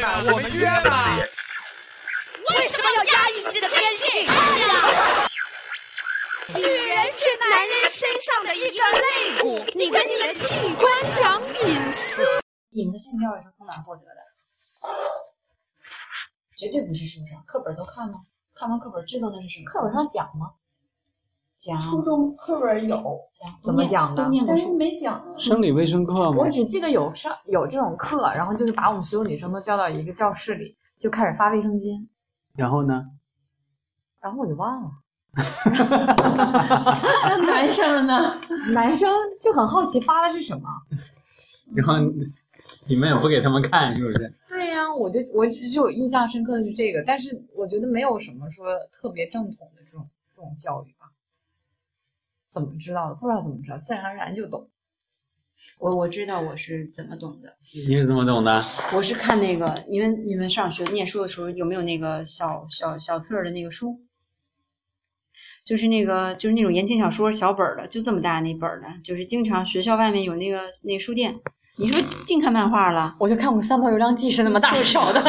呀，我们约嘛。为什么要压抑自己的天性？呀？女人是男人身上的一个肋骨，你跟你的器官讲隐私。你们的信条也是从哪获得的？绝对不是书上，课本都看吗？看完课本知道那是什么？课本上讲吗？讲初中课本有，讲怎么讲的都念过但是书，没讲啊。生理卫生课吗我？只记得有上有这种课，然后就是把我们所有女生都叫到一个教室里，就开始发卫生间，然后呢？然后我就忘了。 那男生呢？ 男生就很好奇发的是什么。然后你们也不给他们看，是不是？对呀、我就我就有印象深刻的是这个，但是我觉得没有什么说特别正统的这种这种教育吧。怎么知道的？不知道怎么知道，自然而然就懂。我我知道我是怎么懂的，你是怎么懂的？我是看那个你们你们上学念书的时候有没有那个小小小册儿的那个书？就是那个就是那种言情小说小本儿的，就这么大那本儿的，就是经常学校外面有那个那书店。你是不是净看漫画了？我就看过三毛流浪记是那么大小的，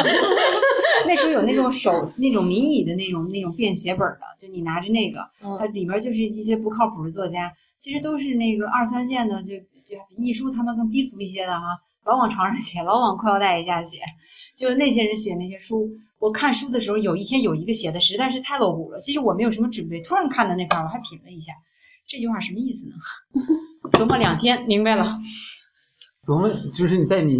那时候有那种手那种迷你的那种那种便携本儿的，就你拿着那个，它里边就是一些不靠谱的作家，其实都是那个二三线的，就就比艺术他们更低俗一些的哈、老往床上写，老往裤腰带下写， 就那些人写那些书。我看书的时候，有一天有一个写的实在是太露骨了，其实我没有什么准备，突然看到那块儿，我还品了一下，这句话什么意思呢？琢磨两天，明白了。琢磨就是你在你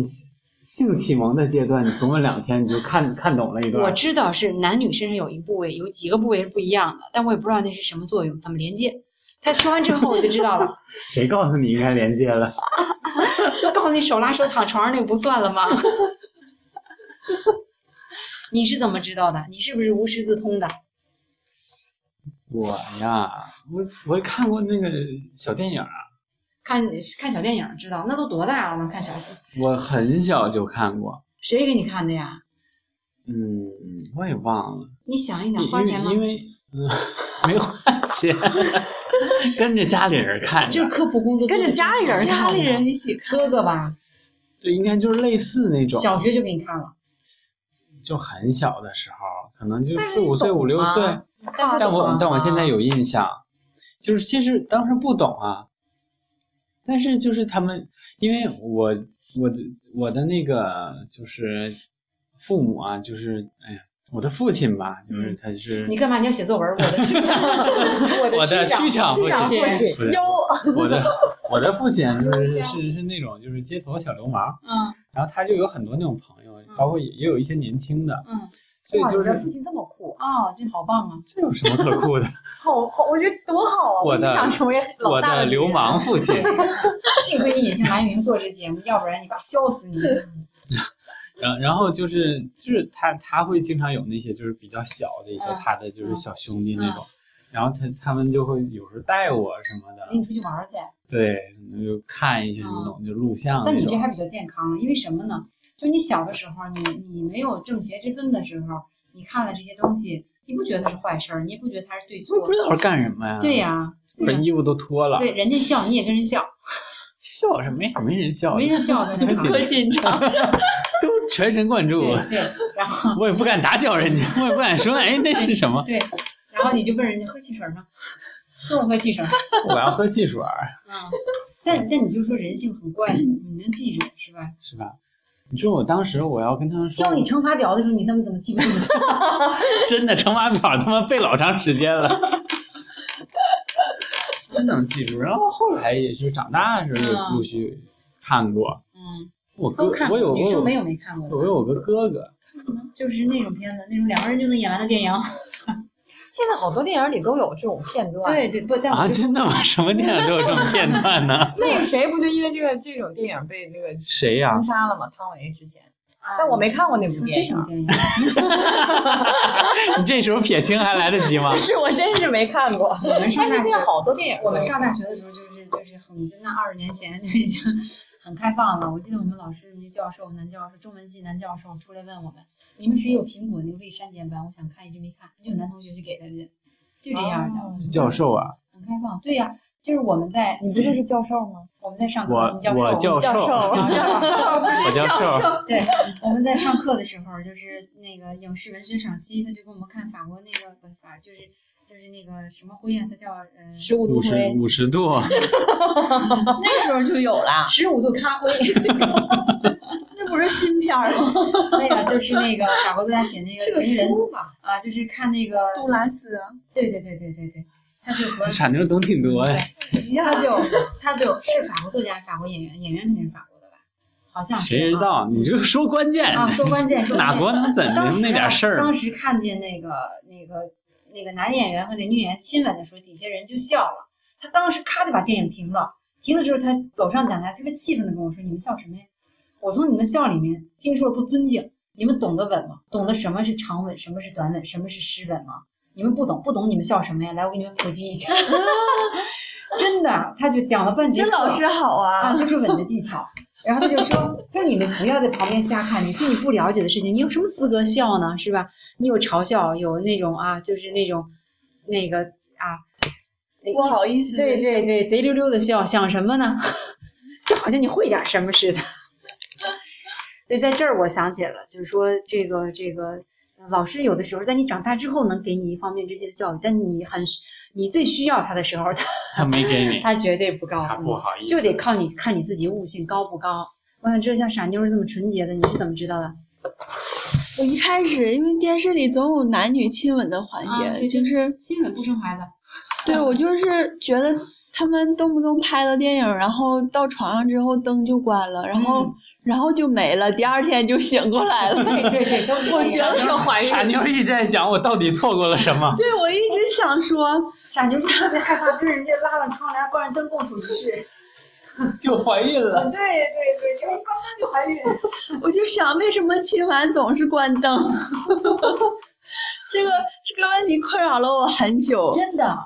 性启蒙的阶段，你琢磨两天你就看看懂了一 我段。知道是男女身上有一个部位，有几个部位是不一样的，但我也不知道那是什么作用，怎么连接。他说完之后我就知道了，谁告诉你应该连接了？就告诉你手拉手躺床上那个不算了吗？ 你是怎么知道的？你是不是无师自通的？我呀，我我看过那个小电影啊，看看小电影知道，那都多大了？看小我很小就看过，谁给你看的呀？嗯，我也忘了，你想一想，因花钱吗因？为因为、嗯、没花钱，跟着家里人看这的是，科普工作，跟着家里人看家的里人一 起看，哥哥吧，对，应该就是类似那种，小学就给你看了，就很小的时候，可能就四五岁、五六岁，但但我但我现在有有印象，就是其实当时不懂啊，但是就是他们，因为我我的我的那个就是父母啊，就是哎呀，我的父亲吧，就是他是、你干嘛？你要写作文？我的 区长，我我的区长父然后亲，过去不是哟，我的我的父亲啊就是 是是那种就是街头小流氓，嗯然后他就有很多那种朋友，包括也也有一些年轻的，嗯，所以哇，就你是的父亲这么酷，哦，这好棒啊！这有什么可酷的？好好，我觉得多好啊！我就的想成为老我大的女人流氓，父 亲。幸亏你隐姓埋名做这节目，要不然你爸笑死你。嗯然然后就是就是他他会经常有那些就是比较小的一些嗯他的就是小兄弟那嗯种，然后他他们就会有时候带我什么的领，你出去玩儿去。对，就看一些那种就录像但那嗯你这种还。比较健康，因为什么呢？就你小的时候，你你没有正邪之分的时候，你看了这些东西，你不觉得是坏事儿，你也不觉得它是对错我不知道是干什么呀？对呀、把对呀、衣服都脱了，对，人家笑你也跟人笑，笑什么呀？没人笑的，没人 笑的真那紧种。张紧张。都全神贯注对，对，然后我也不敢打搅人家，我也不敢说哎那是什么， 对，然后你就问人家喝汽水吗？喝不喝汽水？我要喝汽水儿，啊，但但你就说人性很怪，你你能记住是吧？是吧？你说我当时我要跟他们说教，你乘法表的时候，你他妈怎么记不住？ 真的乘法表他妈背老长时间了， 真能记住。然后后来也是长大的时候就陆续看过。嗯，我哥都，看我过，有女我有生没有没看过的我。有个哥 哥，就是那种片子，那种两个人就能演完的电影。 现在好多电影里都有这种片段。，对对，不，但啊，我就、真的吗？什么电影都有这种片段呢？那个谁不就因为这个这种电影被那个谁呀、封杀了吗？汤唯之前，啊但我没看过那部说电这影啊种。电影，你这时候撇清还来得及吗不？是，我真是没看过。我们上但大是现在学，好多电影，我们上大学的时候就是就是很跟那二十年前就已经很开放了。我记得我们老师那教授男教授中文系男教授出来问我们，你们谁有苹哦果那个未删减版？我想看一直没看，有男同学去给他的，就这样的。 教授啊，很开放。对呀、就是我们在你不就是教授吗？我们在上课，我你教授，我教教授，授 啊 我教授，对，我们在上课的时候，就是那个影视文学赏析，他就给我们看法国那个不法，就是就是那个什么火焰，它叫嗯十五度五十灰，五十度，那时候就有了，十五度咖 啡，那不是新片儿 吗？那个就是那个法国作家写那个情人 啊，就是看那个，杜拉斯，对对对对对对，他就和傻妞懂挺多呀。他就他就是法国作家，法国演员，演员肯定是法国的吧？好像是谁知啊道？你就说关键，啊，说 关键，说关键哪国能怎当明时啊那点事儿当？时看见那个那个那个男演员和那女演员亲吻的时候，底下人就笑了。他当时咔就把电影停了，停了之后他走上讲台，特别气愤的跟我说：“你们笑什么呀？我从你们笑里面听出了不尊敬。你们懂得吻吗？懂得什么是长吻，什么是短吻，什么是湿吻吗？你们不懂，不懂你们笑什么呀？来，我给你们普及 一下。 真的，他就讲了半节这课。老师好啊，啊，就是吻的技巧。然后他就说：“他说你们不要在旁边瞎看，你对你不了解的事情，你有什么资格笑呢？是吧？你有嘲笑，有那种啊，就是那种那个啊，那不好意思，对对对，贼溜溜的笑，想什么呢？ 就好像你会点什么似的。 对，在这儿我想起来了，就是说这个这个老师有的时候在你长大之后能给你一方面这些教育，但你很你最需要他的时候，他他没给 你，他绝对不告诉他你。不好意思，就得靠你看你自己悟性高不高。我想知道像傻妞儿这么纯洁的，你是怎么知道的？我一开始因为电视里总有男女亲吻啊的环啊节，就是亲吻不生孩子，对我就是觉得他们动不动拍个电影，然后到床上之后灯就关了，然后、嗯然后就没了，第二天就醒过来了。对对对，都是 我这觉样得。怀傻妞一直在想我到底错过了什么 对我一直想说，傻妞儿特别害怕跟人家拉上窗帘、关上灯共处一室。就怀孕了，我就想为什么亲完总是关灯？ 这个这个问题困扰了我很久，真的，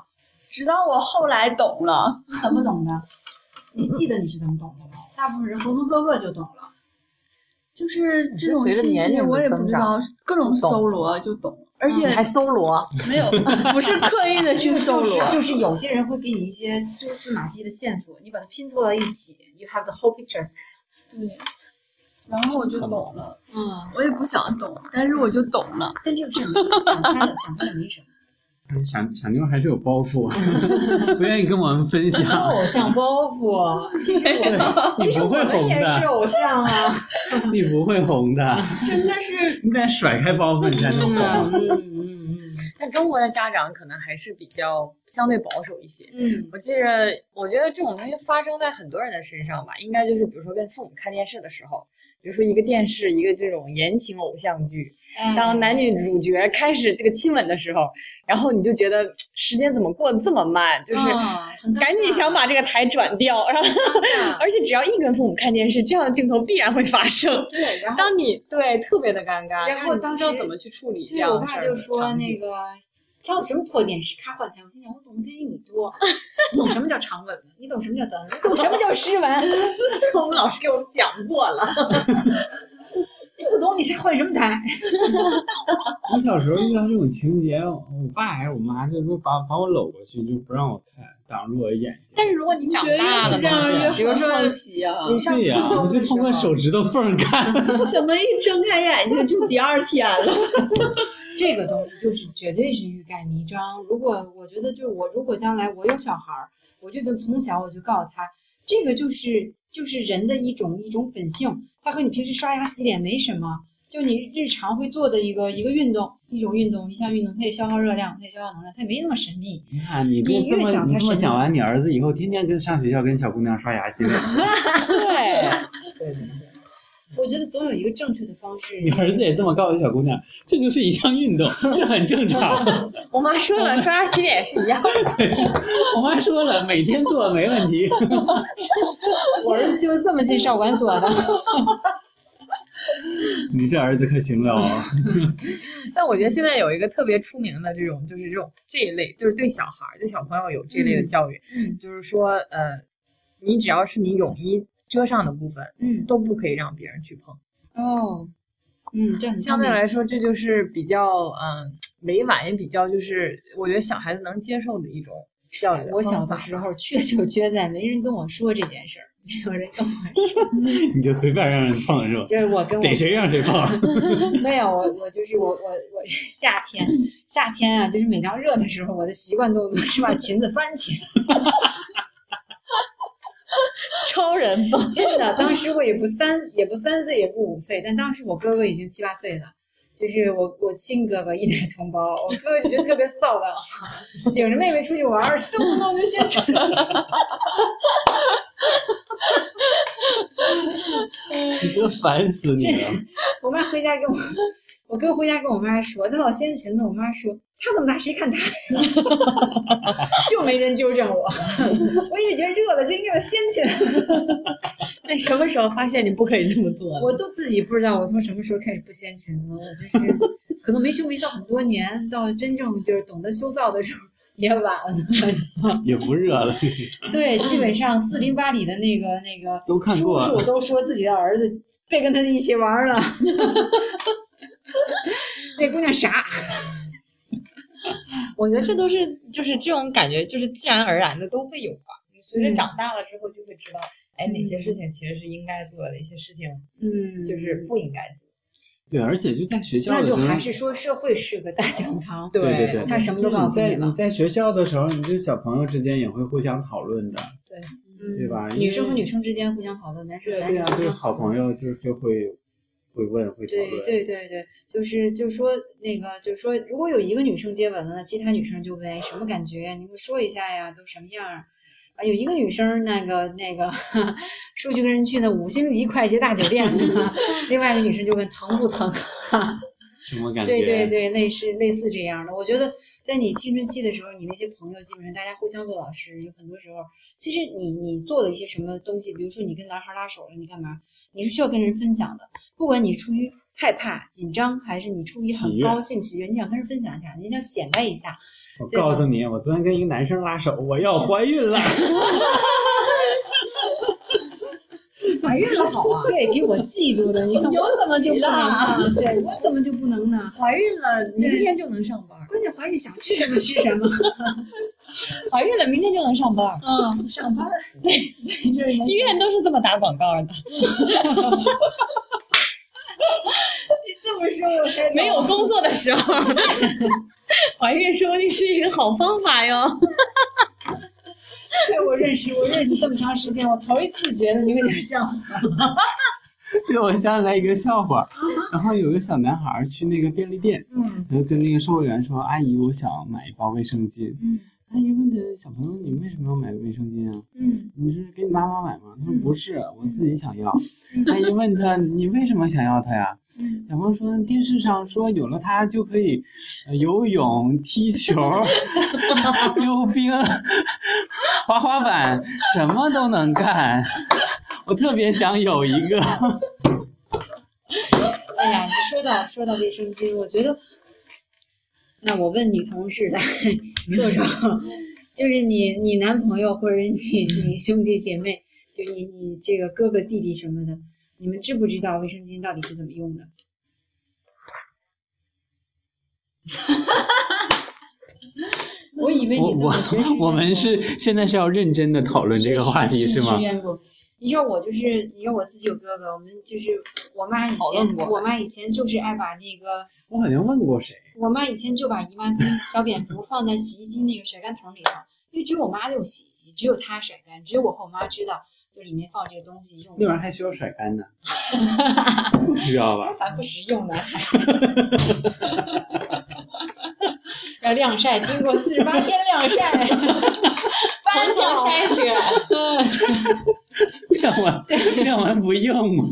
直到我后来懂了。你怎么懂的？你记得你是怎么懂的吗？大部分人浑浑噩噩就懂了。就是这种随着信年息，龄的我也不增知长道，各种搜罗就懂了，嗯而且你还搜罗， 没有，不是刻意的去搜就是罗。就是有些人会给你一些蛛丝马迹的线索，你把它拼凑到一起，you have the whole picture。 然后我就懂了，嗯，我也不想懂，但是我就懂了。但这个事儿想开了，想开了没什么。傻傻妞还是有包袱，啊 不愿意跟我们分享。偶像包 袱，啊其实我你其实不我会们红也是的，偶像啊。 你不会红 的，真的是，你得甩开包袱你才能 红。嗯但中国的家长可能还是比较相对保守一些。嗯我记着，我觉得这种东西发生在很多人的身上吧，应该就是比如说跟父母看电视的时候，比如说一个电视，一个这种言情偶像剧，嗯，当男女主角开始这个亲吻的时候，然后你就觉得时间怎么过得这么慢，就是嗯赶紧想把这个台转掉，然后而且只要一跟父母看电视，这样的镜头必然会发生。对，然后当你对特别的尴尬，然就是后你不当知道时怎么去处理这对样我的事爸儿就的说场那景个挑什么破电视，咔换台。我心想我懂得比你多，你懂什么叫长吻吗？你懂什么叫短吻？你懂什么叫湿吻？我们老师给我们讲过 了，你不懂你是换什么台？我小时候遇到这种情节，我爸还是我妈就说把把我搂过去，就不让我看，挡住我的眼睛。但是如果你长觉得大越了是这样越嘛，比如说好奇啊， 你上对呀、初我中就的时通过候手指头缝儿看。怎么一睁开眼睛就第二天 了？这个东西就是绝对是欲盖弥彰。如果我觉得就是我，如果将来我有小孩儿，我就得从小我就告诉他，这个就是就是人的一种一种本性，它和你平时刷牙洗脸没什么，就你日常会做的一个一个运动，一种运动一项运动，它也消耗热量，它也消耗能量，它也没那么神秘。你看，你这你这越么想你他这么神讲秘完，你儿子以后天天跟上学校跟小姑娘刷牙洗 脸，对，我觉得总有一个正确的方式。你儿子也这么告诉小姑娘，这就是一项运动，这很正常。 我妈说了，刷牙洗脸是一样的。我妈说了，每天做没问题。 我儿子就是这么进少管所的。你这儿子可行了哦，但我觉得现在有一个特别出名的这种，就是这种这一类，就是对小孩儿、对小朋友有这类的教育，嗯就是说，呃，你只要是你泳衣遮上的部分，嗯都不可以让别人去碰。哦，嗯，这很相聪对明来说，这就是比较嗯、委婉，也比较就是我觉得小孩子能接受的一种要聊。我小的时候缺就缺在没人跟我说这件事儿，没有人 跟我说，你就随便让人碰是吧？就是我跟我逮谁让谁碰。 没有，我我就是我我我是夏天夏天啊，就是每到热的时候，我的习惯动作是把裙子翻起来。 超人吧，真的，当时我也不三也不三岁也不五岁，但当时我哥哥已经七八岁了。就是我，我亲哥哥一奶同胞，我哥哥就觉得特别臊的， 领着妹妹出去玩儿，动不动就先扯。 你这烦死你了！我妈回家跟我，嗯我哥回家跟我妈说，他老掀裙子，我妈说他这么大谁看他呀， 就没人纠正我， 我一直觉得热了就应该把它掀起来， 那什么时候发现你不可以这么做的？我都自己不知道我从什么时候开始不掀裙子，我就是可能没羞没臊很多年，到真正就是懂得羞臊的时候也晚了。也不热了， 对，基本上四邻八里的那个那个都看过叔叔都说自己的儿子别跟他一起玩了。 那姑娘傻，我觉得这都是就是这种感觉，就是自然而然的都会有吧。你随着长大了之后，就会知道，哎，哪些事情其实是应该做的，哪些事情嗯，就是不应该做。对，而且就在学校那的时就候，还是说社会是个大讲堂，对对对，他什么都告诉在了你，在学校的时候，你就小朋友之间也会互相讨论的，嗯对吧因为女生和女生之间互相讨论，男生和男对生啊，之就是间好朋友就就会会问会讨对论，对对对，就是就说那个，就说如果有一个女生接吻了，其他女生就问哎什么感觉呀？你给我说一下呀，都什么样儿？啊，有一个女生那个那个 说去跟人去那五星级快捷大酒店， 另外一个女生就问疼不疼？什么感觉？对对对，类似类似这样的。我觉得在你青春期的时候，你那些朋友基本上大家互相做老师，有很多时候，其实你你做了一些什么东西，比如说你跟男孩拉手了，你干嘛？你是需要跟人分享的，不管你出于害怕、紧张，还是你出于喜很悦高兴、喜悦，你想跟人分享一下，你想显摆一下，我对吧告诉你，我昨天跟一个男生拉手，我要怀孕 了。 怀孕了 好啊！对，给我嫉妒的，你 看我怎么就不能呢？对我怎么就不能呢？怀孕了，明天就能上班；关键怀孕想吃什么吃什么，怀孕了，明天就能上班。嗯，上班儿嗯医院都是这么打广 告的，这么说我才没有工作的时候，怀孕说不定是一个好方法哟。对，我认识，我认识这么长时间，我头一次觉得你有点像。对，我想起来一个笑话，然后有个小男孩儿去那个便利店，嗯然后跟那个售货员说：“阿姨，我想买一包卫生巾。”嗯，阿姨问他小朋友：“你为什么要买卫生巾啊？嗯，你是给你妈妈买吗？”他说：“嗯不是，我自己想 要。阿姨问他：“你为什么想要它呀？”嗯小朋友说：“电视上说有了它就可以呃游泳、踢球、 溜冰、 滑滑板，什么都能干。我特别想有一个。” 哎呀，你说到说到卫生巾，我觉得，那我问女同事来说说，就是你你男朋友或者你你兄弟姐妹，就你你这个哥哥弟弟什么的，你们知不知道卫生巾到底是怎么用的？ 我以为我你我在学我们是现在是要认真的讨论这个话题是吗？冤不？你说我就是，你说我自己有哥哥，我们就是我妈以前，我妈以前就是爱把那个，我好像问过谁，我妈以前就把姨妈巾、小蝙蝠放在洗衣机那个甩干桶里头，因为只有我妈用洗衣机，只有她甩干，只有我和我妈知道，就里面放这个东西用。那玩意儿还需要甩干呢？不需要 吧？反复使用的，要晾晒，经过四十八天 晾晒，从小筛选，晾完晾完不用吗？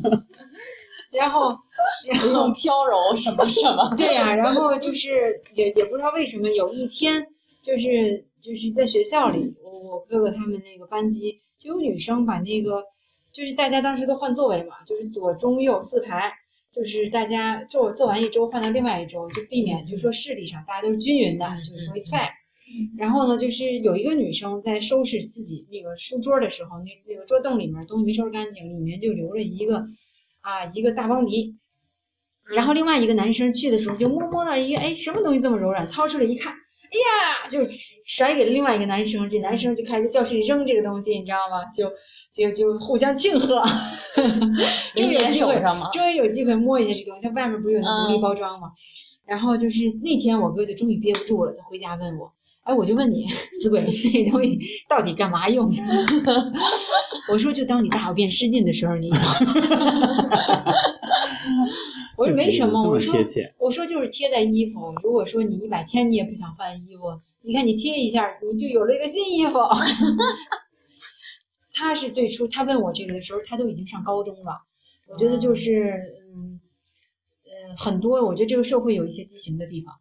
然后不嗯用飘柔什么什么。对呀、然后就是也也不知道为什么，有一天就是就是在学校里，我我哥哥他们那个班级就有女生把那个，就是大家当时都换座位嘛，就是左中右四排，就是大家做做完一周换到另外一周，就避免就是说视力上大家都是均匀的，就是说 it's fair。然后呢，就是有一个女生在收拾自己那个书桌的时候，那那个桌洞里面东西没收拾干净，里面就留了一个啊一个大邦迪。然后另外一个男生去的时候，就摸摸到一个，哎，什么东西这么柔软？掏出来一看，呀，就甩给了另外一个男生，这男生就开始在教室里扔这个东西，你知道吗？就就就互相庆贺， 终于有机会手上吗终于有机会摸一下这个东西，它外面不是有那个独立包装吗？然后就是那天我哥就终于憋不住了，他回家问我，哎，我就问你，死鬼，那东西到底干嘛用？ 我说就当你大小便失禁的时候你用。 我说没什么，这我么说贴切，我说就是贴在衣服，如果说你一百天你也不想换衣服，你看你贴一下，你就有了一个新衣服。 他是最初他问我这个的时候，他都已经上高中了。我觉得就是嗯呃很多，我觉得这个社会有一些畸形的地方。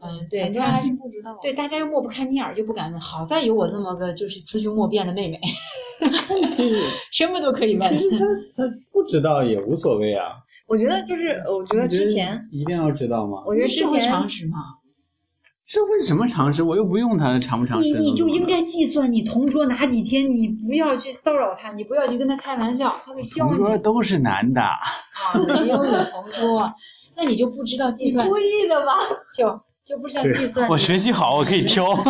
嗯，对，很多人他还是不知道。对大家又抹不开面儿，又不敢问。好在有我这么个就是雌雄莫辨的妹妹， 其实什么都可以其问。实他他不知道也无所谓啊。我觉得就是，我觉得之前，一定要知道吗？我觉得之社会前常识嘛，社会什么常识？我又不用它的常不常识你能怎么你着。就应该计算你同桌哪几天，你不要去骚扰他，你不要去跟他开玩笑，他会削同你桌都是男的，啊！没有你同桌，那你就不知道计算，故意的吧？就就不知道计算。我学习好，我可以挑。 我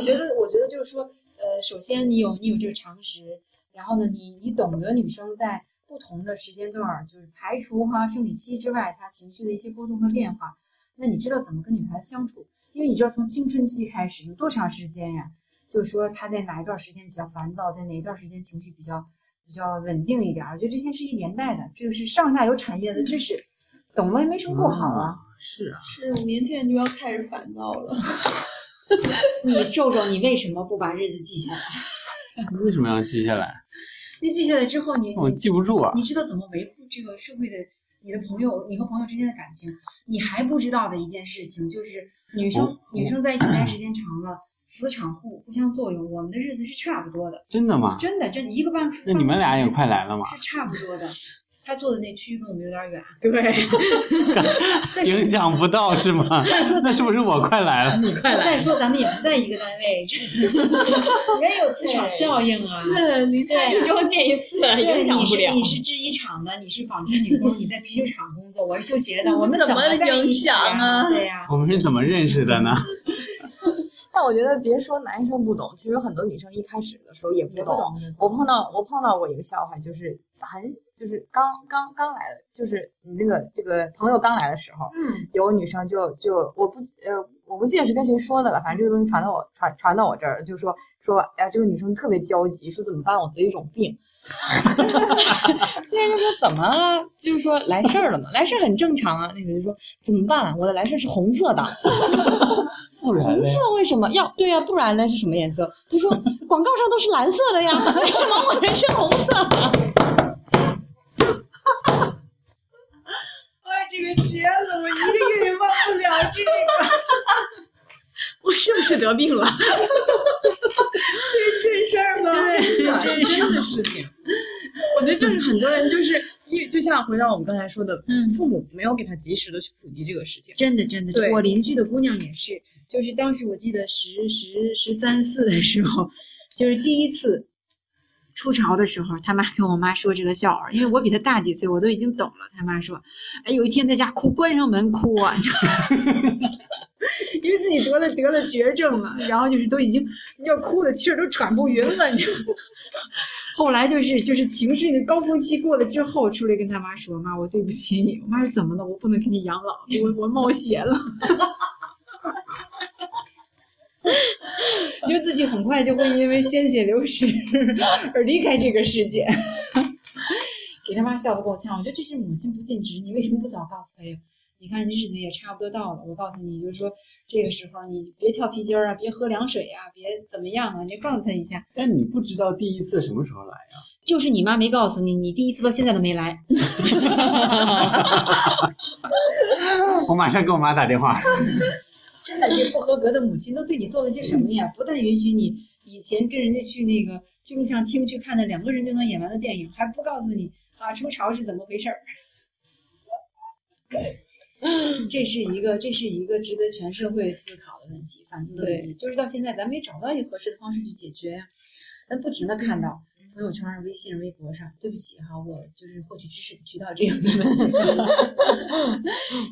觉得，我觉得就是说，呃，首先你有你有这个常识，然后呢，你你懂得女生在不同的时间段儿，就是排除哈生理期之外，她情绪的一些波动和变化，那你知道怎么跟女孩子相处，因为你知道从青春期开始有多长时间呀？就是说她在哪一段时间比较烦躁，在哪一段时间情绪比较比较稳定一点儿，我觉得这些是一连带的，这个是上下游产业的知识，懂了也没什么不好啊。是啊，是我明天就要开始烦躁了。你瘦瘦，你为什么不把日子记下来？ 为什么要记下来？你记下来之后，你我你记不住啊你。知道怎么维护这个社会的你的朋友，你和朋友之间的感情。你还不知道的一件事情就是，女生女生在一起待时间长了，磁场互互相作用，我们的日子是差不多的，真的吗？真的，真的一个办公室。那你们俩也办公快来了吗室？是差不多的。他坐的那区跟我们有点远，对，再说影响不到是 吗？那是不是我快来了？再说咱们也不在一个单位，这没有磁场效应嗯啊。是，你太一周见一次，对，影响你不是了。你是制衣厂的，你是纺织女工，你在啤酒厂工作，我是修鞋 的，我们怎么么在一影起呀响啊对呀、我们是怎么认识的呢？但我觉得别说男生不懂，其实很多女生一开始的时候也不也不懂。懂。我碰到我碰到过一个笑话，就是很就是刚刚刚来的，就是你那个这个朋友刚来的时候，嗯，有个女生就就我不记呃我不记得是跟谁说的了，反正这个东西传到我传传到我这儿，就说说哎呀这个女生特别焦急，说怎么办我得一种病， 那个就说怎么了，就是说来事儿了嘛，来事儿很正常啊，那个就说怎么办我的来事儿是红色的。不啊啊然嘞红，色为什么要？对呀、不然呢是什么颜色？他说广告上都是蓝色的呀，为什么我的是红色 的？哎，这个绝了，我一个月忘不了这个，我是不是得病了？这是真事儿吗？这是真的事情。我觉得就是很多人就是因为就像回到我们刚才说的，嗯，父母没有给他及时的去普及这个事情。 真的真的，对我邻居的姑娘也是，就是当时我记得十十十三四的时候，就是第一次出潮的时候，他妈跟我妈说这个笑话，因为我比她大几岁，我都已经懂了。他妈说，哎，有一天在家哭，关上门哭啊，你 知道吗因为自己得了得了绝症了，然后就是都已经要哭的气儿都喘不匀了，你知道吗。后来就是就是情绪的高峰期过了之后，出来跟他妈说：“妈，我对不起你。”我妈说：“怎么了？我不能给你养老，我我冒险了。”觉得自己很快就会因为鲜血流失而离开这个世界， 给他妈笑得够呛。我觉得这是母亲不尽职，你为什么不早告诉他呀？你看日子也差不多到了，我告诉你，就是说这个时候你别跳皮筋儿啊，别喝凉水啊，别怎么样啊，你就告诉他一下。但你不知道第一次什么时候来啊 呀、就是你妈没告诉你，你第一次到现在都没来。我马上给我妈打电话。真的，这不合格的母亲都对你做了些什么呀？不但允许你以前跟人家去那个去录像厅去看的两个人就能演完的电影，还不告诉你啊出潮是怎么回事儿。 这是一个，这是一个值得全社会思考的问题，反思的问题。就是到现在，咱没找到一个合适的方式去解决呀。咱不停的看到，朋友圈、微信、微博上。对不起哈，我就是获取知识的渠道只有这么几种。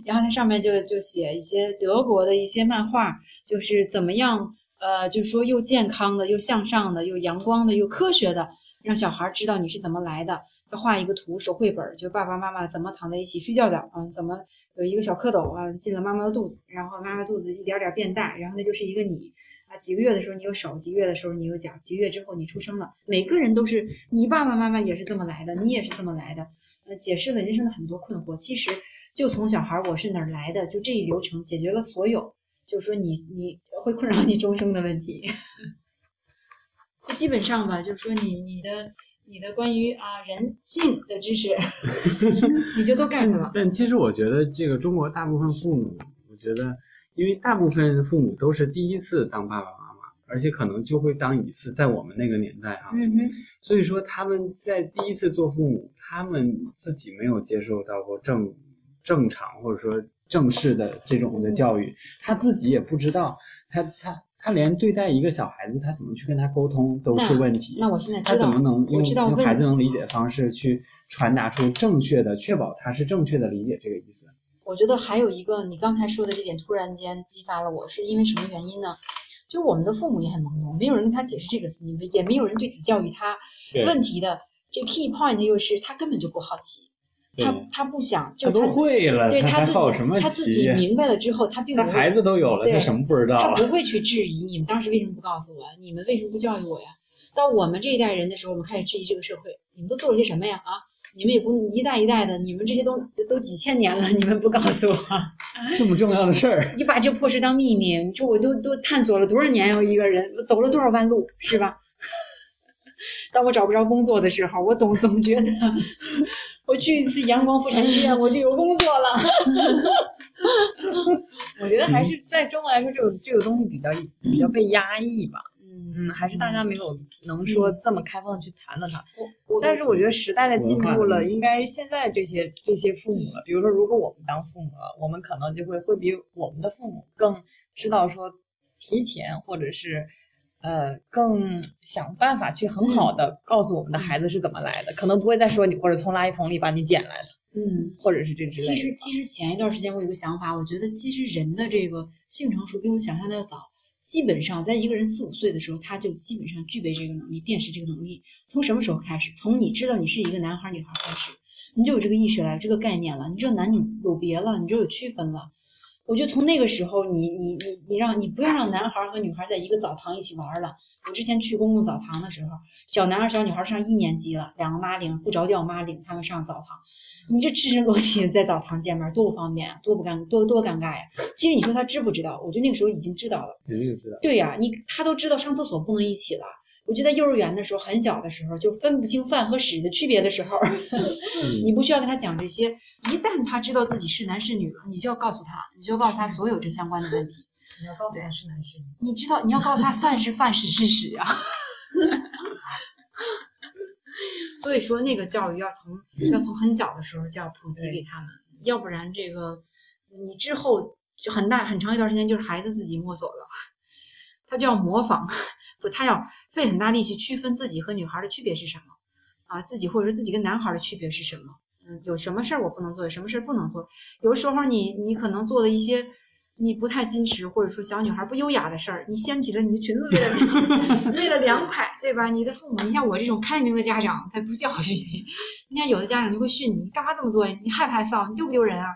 然后它上面就就写一些德国的一些漫画，就是怎么样，呃，就是说又健康的、又向上的、又阳光的、又科学的，让小孩知道你是怎么来的。再画一个图，手绘本儿，就爸爸妈妈怎么躺在一起睡觉觉啊，怎么有一个小蝌蚪啊进了妈妈的肚子，然后妈妈肚子一点儿点儿变大，然后那就是一个你啊，几个月的时候你有手，几个月的时候你有脚，几个月之后你出生了，每个人都是你爸爸妈妈也是这么来的，你也是这么来的，呃，解释了人生的很多困惑。其实就从小孩儿我是哪儿来的，就这一流程解决了所有，就是说你你会困扰你终生的问题。 就基本上吧，就是说你你的你的关于啊人性的知识， 你就都 get 了。 但其实我觉得这个中国大部分父母，我觉得因为大部分父母都是第一次当爸爸妈妈，而且可能就会当一次，在我们那个年代啊，嗯哼，所以说他们在第一次做父母，他们自己没有接受到过正正常或者说正式的这种的教育，他自己也不知道，他他他连对待一个小孩子，他怎么去跟他沟通都是问题。那我现在他知怎道么了，能我用知道用问孩子能理解的方式去传达出正确的，确保他是正确的理解这个意思？我觉得还有一个你刚才说的这点，突然间激发了我，是因为什么原因呢？就是我们的父母也很朦胧，没有人跟他解释这个，也没有人对此教育他。对问题的这 key point 又是他根本就不好奇，他他不想，就他是都他自会了，对他他还自好什么己他自己奇？明白了之后，他并他不孩子都有了，对他什么不知道他啊？不会去质疑你们当时为什么不告诉我呀？你们为什么不教育我呀？到我们这一代人的时候，我们开始质疑这个社会，你们都做了些什么呀？啊，你们也不一代一代的，你们这些都都几千年了，你们不告诉我，啊 这么重要的事儿，你把这破事当秘密，你说我都都探索了多少年呀？我一个人我走了多少弯路，是吧？ 当我找不着工作的时候，我总总觉得 我去一次阳光妇产医院，我就有工作了。 我觉得嗯还是在中国来说，这个这个东西比较比较被压抑吧。嗯，还是大家没有能说这么开放地去谈论它。但是我觉得时代的进步文化嗯了，的应该现在这些这些父母了，比如说，如果我们当父母了，我们可能就会会比我们的父母更知道说提前或者是。呃，更想办法去很好的告诉我们的孩子是怎么来的，可能不会再说你或者从垃圾桶里把你捡来的，嗯，或者是这之类的其吧。实，其实前一段时间我有个想法，我觉得其实人的这个性成熟比我们想象的要早，基本上在一个人四五岁的时候，他就基本上具备这个能力，辨识这个能力。从什么时候开始？从你知道你是一个男孩儿女孩儿开始，你就有这个意识了，有这个概念了，你知道男女有别了，你就有区分了。我觉得从那个时候你，你你你让你不要让男孩儿和女孩儿在一个澡堂一起玩儿了。我之前去公共澡堂的时候，小男孩儿、小女孩儿上一年级了，两个妈领不着调妈领他们上澡堂。你这赤身裸体 在澡堂见面儿多不方便啊，多不尴多多尴尬呀、其实你说他知不知道？我觉得那个时候已经知道了。肯定知道。对呀、你他都知道上厕所不能一起了。我觉得幼儿园的时候，很小的时候就分不清饭和屎的区别的时候，你不需要跟他讲这些。一旦他知道自己是男是女了，你就要告诉他，你就要告诉他所有这相关的问题。你要告诉他是男是女。你知道，你要告 诉他饭是饭，屎是屎啊。所以说，那个教育要从要从很小的时候就要普及给他们，要不然这个你之后就很大很长一段时间就是孩子自己摸索了，他就要模仿，不，他要费很大力气区分自己和女孩的区别是什么啊，自己或者是自己跟男孩的区别是什么。嗯，有什么事儿我不能做，有什么事儿不能做。有时候你你可能做的一些你不太矜持，或者说小女孩不优雅的事儿，你掀起了你的裙子，为了 为了凉快，对吧？你的父母，你像我这种开明的家长，他不教训你。你看有的家长就会训你，你干嘛这么做呀？你害不害臊？你丢不丢人啊？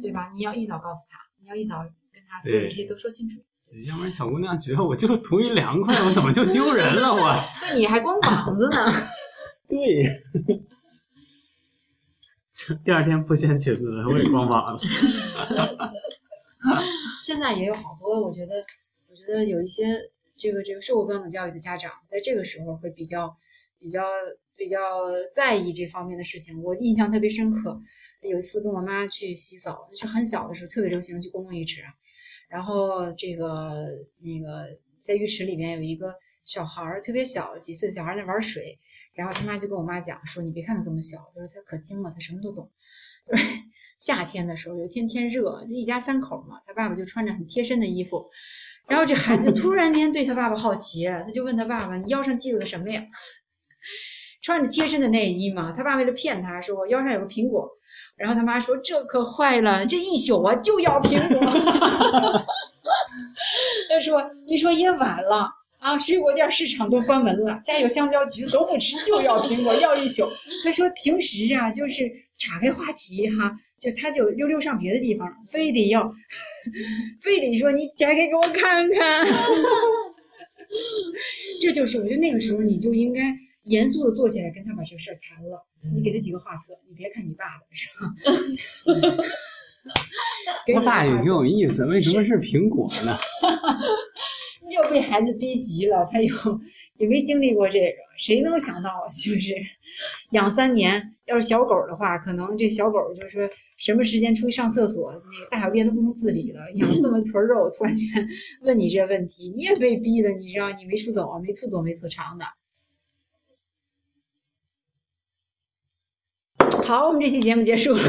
对吧？你要一早告诉他，你要一早跟他所有的这些都说清楚。嗯要不然小姑娘觉得我就是图一凉快，我怎么就丢人了我？对，你还光膀子呢。 对， 第二天不掀裙子了，我也光膀子。现在也有好多，我觉得，我觉得有一些这个这个受过高等教育的家长，在这个时候会比较比较比较在意这方面的事情。我印象特别深刻，有一次跟我妈去洗澡，是很小的时候，特别流行去公共浴池啊，然后这个那个在浴池里面有一个小孩儿，特别小，几岁的小孩儿在玩水，然后他妈就跟我妈讲说：“你别看他这么小，他说他可精了，他什么都懂。” 就是夏天的时候，有一天天热，这一家三口嘛，他爸爸就穿着很贴身的衣服，然后这孩子就突然间对他爸爸好奇了，他就问他爸爸：“你腰上系了个什么呀？” 穿着贴身的内衣嘛。他爸为了骗他说我腰上有个苹果，然后他妈说这可坏了，这一宿啊就咬苹果。 他说一说也晚了啊，水果店市场都关门了，家有香蕉、橘子都不吃，就要苹果，要一宿。 他说平时啊就是岔开话题哈、就他就溜溜上别的地方了，非得要， 非得说你摘开给我看看。 这就是我觉得那个时候你就应该严肃的坐下来跟他把这个事儿谈了，你给他几个画册，你别看你爸的是吧？给 他你啊爸也画挺有意思，为什么是苹果呢？ 这被孩子逼急了，他有也没经历过这个，谁能想到啊？就是养三年，要是小狗的话，可能这小狗就是说什么时间出去上厕所，那个大小便都不能自理了。养这么坨肉，突然间问你这问题，你也被逼的，你知道，你没处走啊，没处躲，没处藏的。好，我们这期节目结 束了。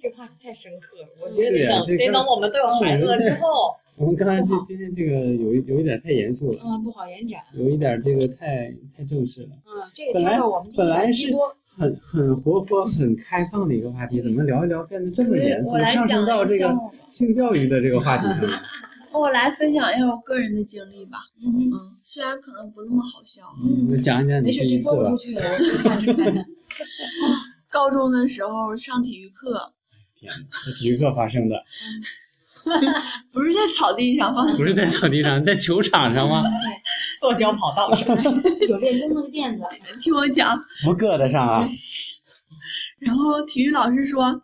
这话题太深刻了，我觉得对得呀等这得刚等我们都有孩子了之 后，我们刚才这今天这个有一有一点太严肃了，嗯，不好延展。有一点这个太太正式了。嗯，这个本来敲到我们第本一来百是期播，很很活泼、嗯很开放的一个话题，怎么聊一聊变得这么严肃我，来上升讲到一这个下性教育的这个话题上了？ 我来分享一下我个人的经历吧。嗯哼，嗯，虽然可能不那么好笑啊， 嗯，讲一讲你没事，第一你次播不吧出。去了，我去看是看。高中的时候上体育课，天哪，这体育课发生的，不是在草地上放不是在草地上，在球场上吗？塑胶跑道上，有练功那个垫子，听我讲。 不硌得上啊！然后体育老师说，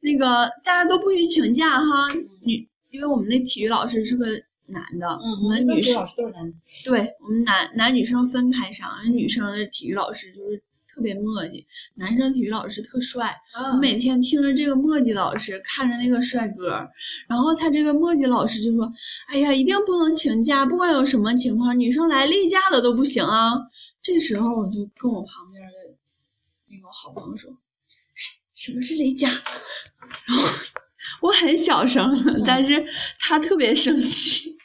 那个大家都不许请假哈，女，因为我们那体育老师是个男的，我们女生老嗯师都是男的，对我们男男女生分开上，而女生的体育老师就是特别磨叽，男生体育老师特帅。嗯我每天听着这个磨叽老师，看着那个帅哥儿，然后他这个磨叽老师就说：“哎呀，一定不能请假，不管有什么情况，女生来例假了都不行啊。”这时候我就跟我旁边的那个好朋友说：“哎，什么是例假？”然后我很小声的，但是他特别生气。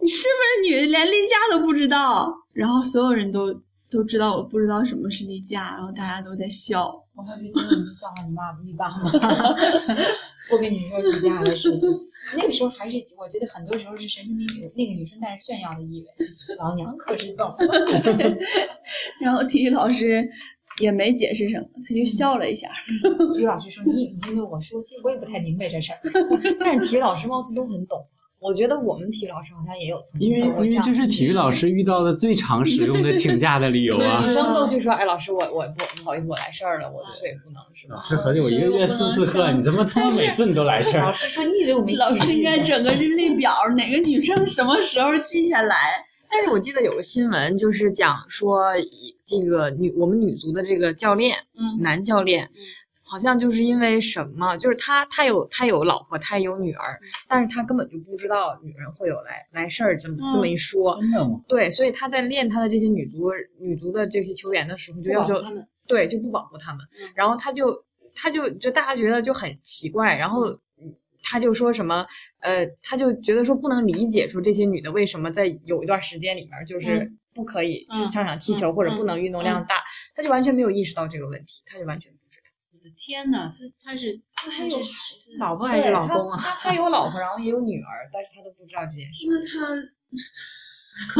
你是不是女的连例假都不知道？然后所有人都都知道我不知道什么是例假，然后大家都在笑。我还没听过你笑话你妈你爸 妈。我跟你说自家的事情， 那个时候还是我觉得很多时候是神神秘秘，那个女生带着炫耀的意味，老娘可是懂。然后体育老师也没解释什么，他就笑了一下。体育老师说你你因为我说，其实我也不太明白这事儿。 但是体育老师貌似都很懂。啊我觉得我们体育老师好像也有曾因 经为说过因为样这是体育老师遇到的最常使用的请假的理由对，啊 女。生都去说，哎，老师，我我不不好意思，我来事儿了，我所以不能是老吧？师合计我一个月四次课，你他妈他妈每次你都来事儿老。师说你以为我没老师应该这整个日历表，哪个女生什么时候记下来？但是我记得有个新闻，就是讲说一这个女我们女足的这个教练，嗯男教练，好像就是因为什么，就是他他有他有老婆，他也有女儿，嗯但是他根本就不知道女人会有来来事儿这嗯么、这么一说，真的吗？对，所以他在练他的这些女足女足的这些球员的时候，就要求他们嗯对就不保护他们，然后他就他就就大家觉得就很奇怪，然后他就说什么呃，他就觉得说不能理解说这些女的为什么在有一段时间里面就是不可以嗯上场踢球、或者不能运动量大，他就完全没有意识到这个问题，他就完全不知道。我的天呐，他他是他还有是老婆还是对老公啊？他他他有老婆，然后也有女儿，但是他都不知道这件事，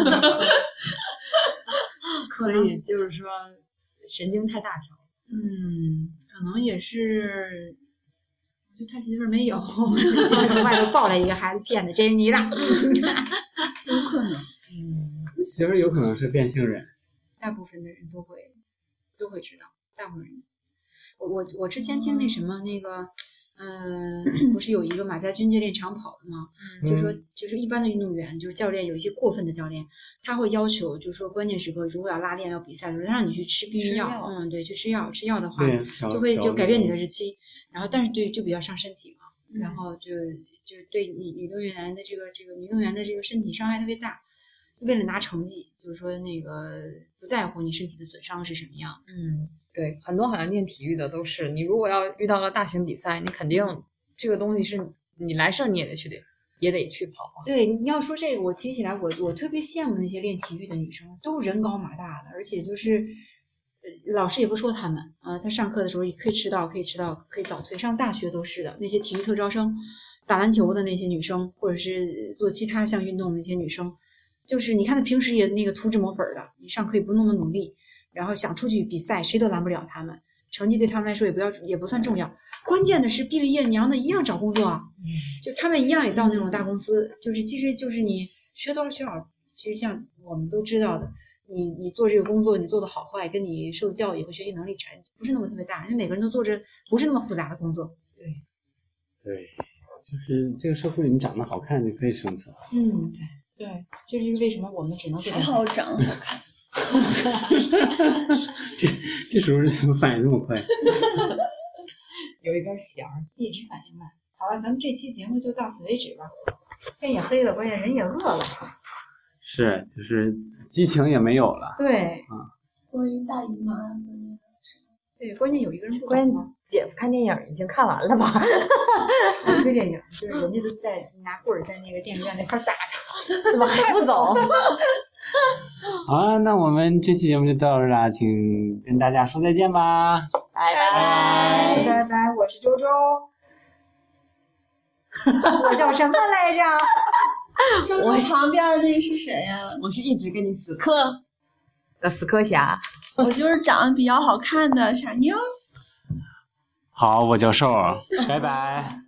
那他 所以就是说神经太大条。嗯，可能也是，我觉得他媳妇儿没有，他媳妇儿从外头抱来一个孩子骗的，这是你的。有可能。嗯媳妇儿有可能是变性人，大部分的人都会都会知道，大部分人。我我我之前听那什么那个，嗯、不是有一个马家军就练长跑的吗？就嗯说就是一般的运动员，就是教练有一些过分的教练，他会要求，就是说关键时刻如果要拉练要比赛的时候，他让你去吃避孕药，嗯，对，去吃药，吃药的话，对，调啊就会调就改变你的这个日期，然后但是对就比较伤身体嘛，然后就就对女女运动员的这个这个女运动员的这个身体伤害特别大，为了拿成绩，就是说那个不在乎你身体的损伤是什么样，嗯，对，很多好像练体育的都是，你如果要遇到了大型比赛，你肯定这个东西是你来事儿你也得去得也得去跑啊。对，你要说这个，我提起来，我我特别羡慕那些练体育的女生，都人高马大的，而且就是，呃老师也不说她们啊，在上课的时候也可以迟到，可以迟到，可以早退。上大学都是的，那些体育特招生，打篮球的那些女生，或者是做其他项运动的那些女生，就是你看她平时也那个涂脂抹粉儿的，你上课也不那么努力，然后想出去比赛，谁都拦不了她们。成绩对她们来说也不要也不算重要，关键的是毕了业，你让她一样找工作啊。就他们一样也到那种大公司，就是其实就是你学多少学少，其实像我们都知道的，你你做这个工作，你做的好坏，跟你受的教育和学习能力差不是那么特别大，因为每个人都做着不是那么复杂的工作。对，就是这个社会，你长得好看就可以生存。嗯，对对，这就是为什么我们只能做还好长得好看， 这这时候怎么反应这么快？有一根弦儿，一直反应慢。好了，咱们这期节目就到此为止吧。天也黑了，关键人也饿了。是，就是激情也没有了。对关于大姨妈，对，关键有一个人不关管键姐夫看电影已经看完了吧？一 个电影，啊就是人家都在拿棍儿在那个电影院那块儿打怎么还不 走？好啊，那我们这期节目就到这儿啦，请跟大家说再见吧。拜拜。拜拜，我是周周，我叫什么来着？正我旁边儿那是谁呀、我是一直跟你死磕的死磕侠。我就是长得比较好看的傻妞。好，我叫瘦儿，拜拜。